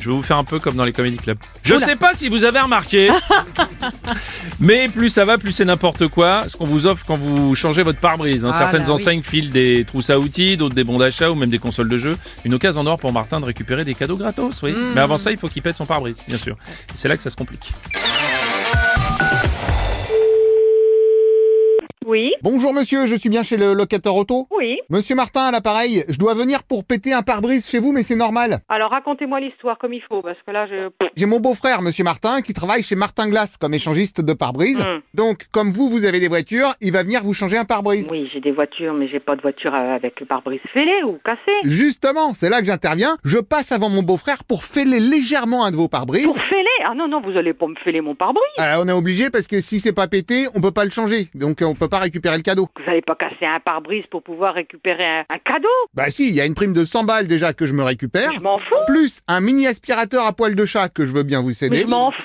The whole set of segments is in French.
Je vais vous faire un peu comme dans les comédie clubs. Je sais pas si vous avez remarqué, mais plus ça va, plus c'est n'importe quoi. Ce qu'on vous offre quand vous changez votre pare-brise. hein. Ah Certaines là, oui. enseignes filent des trousses à outils, d'autres des bons d'achat ou même des consoles de jeu. Une occasion en or pour Martin de récupérer des cadeaux gratos, oui. Mmh. Mais avant ça, il faut qu'il pète son pare-brise, bien sûr. Et C'est là que ça se complique. Oui, Bonjour monsieur, je suis bien chez le locataire auto. oui. Monsieur Martin à l'appareil, je dois venir pour péter un pare-brise chez vous, mais c'est normal. Alors racontez-moi l'histoire comme il faut, parce que là, je... J'ai mon beau-frère, monsieur Martin, qui travaille chez Martin Glace comme échangiste de pare-brise. Hmm. Donc, comme vous, vous avez des voitures, il va venir vous changer un pare-brise. Oui, j'ai des voitures, mais j'ai pas de voiture euh, avec le pare-brise fêlé ou cassé. Justement, c'est là que j'interviens. Je passe avant mon beau-frère pour fêler légèrement un de vos pare-brises. Pour fêler Ah non, non, vous allez pas me fêler mon pare-brise. Ah, on est obligé parce que si c'est pas pété, on peut pas le changer. Donc euh, on peut pas récupérer le cadeau. Vous allez pas casser un pare-brise pour pouvoir récupérer un, un cadeau. Bah si, il y a une prime de 100 balles déjà que je me récupère. Je m'en fous. Plus un mini aspirateur à poil de chat que je veux bien vous Mais céder. je m'en fous.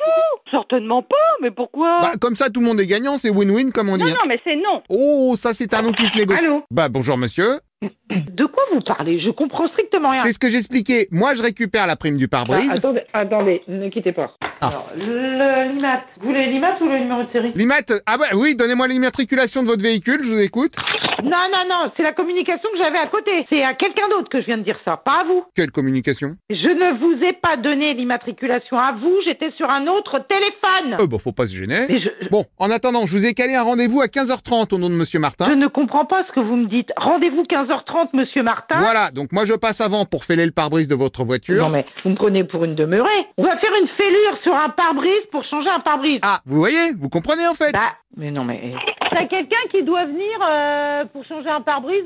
Certainement pas, mais pourquoi Bah comme ça tout le monde est gagnant, c'est win-win comme on dit. Non, hein. non, mais c'est non. Oh, ça c'est un nom qui se négocie. Allô Bah bonjour monsieur, De quoi vous parlez Je comprends strictement rien. Ah. c'est ce que j'expliquais. Moi je récupère la prime du Ah, pare-brise. attendez, attendez, ne quittez pas. Ah. Alors, le l'IMAT. Vous voulez l'IMAT ou le numéro de série L'IMAT, ah bah oui, donnez-moi l'immatriculation de votre véhicule, je vous écoute. Non, non, non, c'est la communication que j'avais à côté. C'est à quelqu'un d'autre que je viens de dire ça, pas à vous. Quelle communication Je ne vous ai pas donné l'immatriculation à vous, j'étais sur un autre Ah. téléphone. Euh bah faut pas se gêner. Mais je, je- Bon, en attendant, je vous ai calé un rendez-vous à 15h30 au nom de monsieur Martin. je ne comprends pas ce que vous me dites. Rendez-vous 15h30, monsieur Martin. Voilà, donc moi je passe avant pour fêler le pare-brise de votre voiture. Non mais vous me prenez pour une demeurée. On va faire une fêlure sur un pare-brise pour changer un pare-brise. Ah, vous voyez, vous comprenez en fait Bah, mais non, mais. T'as quelqu'un qui doit venir euh, pour changer un pare-brise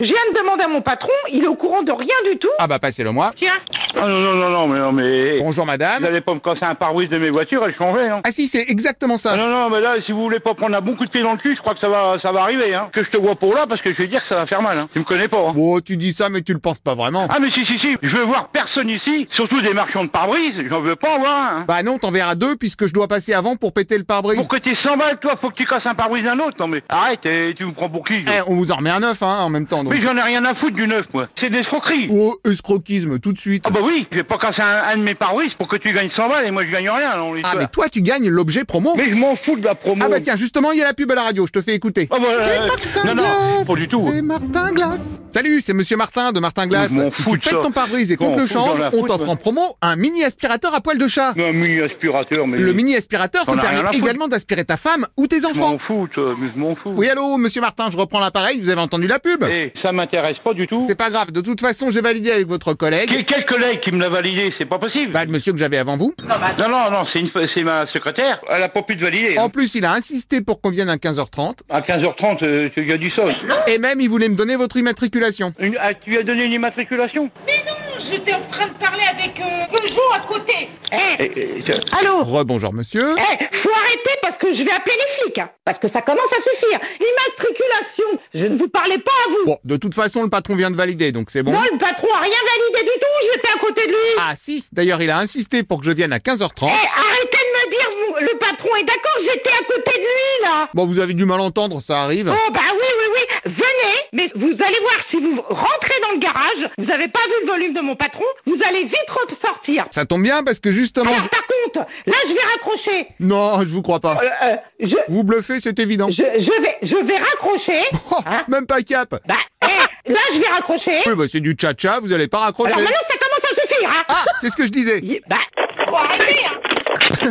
Je viens de demander à mon patron, il est au courant de rien du tout. Ah bah passez-le moi. Tiens, Ah non, non, non, non, mais non, mais. Bonjour Vous madame. allez pas me casser un pare-brise de mes voitures, elles changeaient, hein. Ah si, c'est exactement Ah ça. non, non, mais là, si vous voulez pas prendre un bon coup de pied dans le cul, je crois que ça va, ça va arriver, hein. Que je te vois pour là, parce que je vais dire que ça va faire mal, hein. Tu me connais pas, hein. Bon, Oh, tu dis ça mais tu le penses pas vraiment. Ah, mais si, si, si, je veux voir personne ici, surtout des marchands de pare-brise, j'en veux pas en voir un. hein. Bah non, t'en verras deux puisque je dois passer avant pour péter le pare-brise. Pour que t'es 100 balles, toi, faut que tu casses un pare-brise d'un autre, non mais. Arrête, eh, tu me prends pour qui je- Eh, on vous en remet un neuf hein, en même temps donc. Mais j'en ai rien à foutre du neuf, moi. C'est des escroqueries. Oh, escroquisme tout de suite. Ah bah oui, je vais pas casser un, un de mes pare-brise pour que tu gagnes 100 balles et moi je gagne rien, non, Ah l'histoire. mais toi tu gagnes l'objet promo. Mais je m'en fous de la promo. Ah bah tiens, justement, il y a la pub à la radio, je te fais écouter. Ah bah, euh, C'est Martin non, non, Glace. pas du tout. C'est Martin Glace. Salut, c'est monsieur Martin de Martin Glace. Je m'en Si fous tu de ça. pètes ton pare-brise et Je m'en qu'on te le fous, j'en ai change, à on foutre, t'offre moi. en promo un mini aspirateur à poil de chat. Un mini aspirateur, mais. Le mini aspirateur te T'en as rien permet à foutre. également d'aspirer ta femme ou tes Je m'en enfants. fous, toi, mais je m'en fous. Oui, allô, monsieur Martin, je reprends l'appareil, vous avez entendu la pub Eh, ça m'intéresse pas du tout. C'est pas grave, de toute façon, j'ai validé avec votre collègue. Quel, quel collègue qui me l'a validé C'est pas possible. Bah, le monsieur que j'avais avant vous. Non, non, non, c'est, une, c'est ma secrétaire. Elle a pas pu te valider. hein. En plus, il a insisté pour qu'on vienne à 15h30. À 15h30, euh, tu as du sol. Et même, il voulait me donner votre immatriculation. Une- ah, tu lui as donné une immatriculation j'étais en train de parler avec euh, Peugeot à côté. Eh, Eh, eh, tiens. allô Rebonjour, monsieur. Eh, Ah. faut arrêter parce que je vais appeler les flics. hein, parce que ça commence à suffire. Immatriculation, je ne vous parlais pas à vous. Bon, de toute façon, le patron vient de valider, donc c'est bon. Non, le patron a rien validé du tout, j'étais à côté de lui. Ah si, d'ailleurs, il a insisté pour que je vienne à Eh, 15h30. arrêtez de me dire, vous, le patron est d'accord, j'étais à côté de lui, là. Bon, vous avez du mal entendre, ça arrive. Oh bah oui, oui, oui, venez, mais vous allez voir, si vous rentrez dans le garage, vous n'avez pas vu le volume de mon patron, vous allez vite ressortir. Ça tombe bien parce que justement... Alors je- par contre, là je vais raccrocher. Non, je vous crois pas. Euh, euh, je, Vous bluffez, c'est évident. je, je, vais, je vais raccrocher. Oh, Hein même pas cap. Bah, eh, là je vais raccrocher. Oui, bah c'est du tcha-tcha, vous allez pas Alors raccrocher. maintenant ça commence à suffire, hein. Ah, qu'est-ce que je disais Y- Bah, faut arrêter, hein.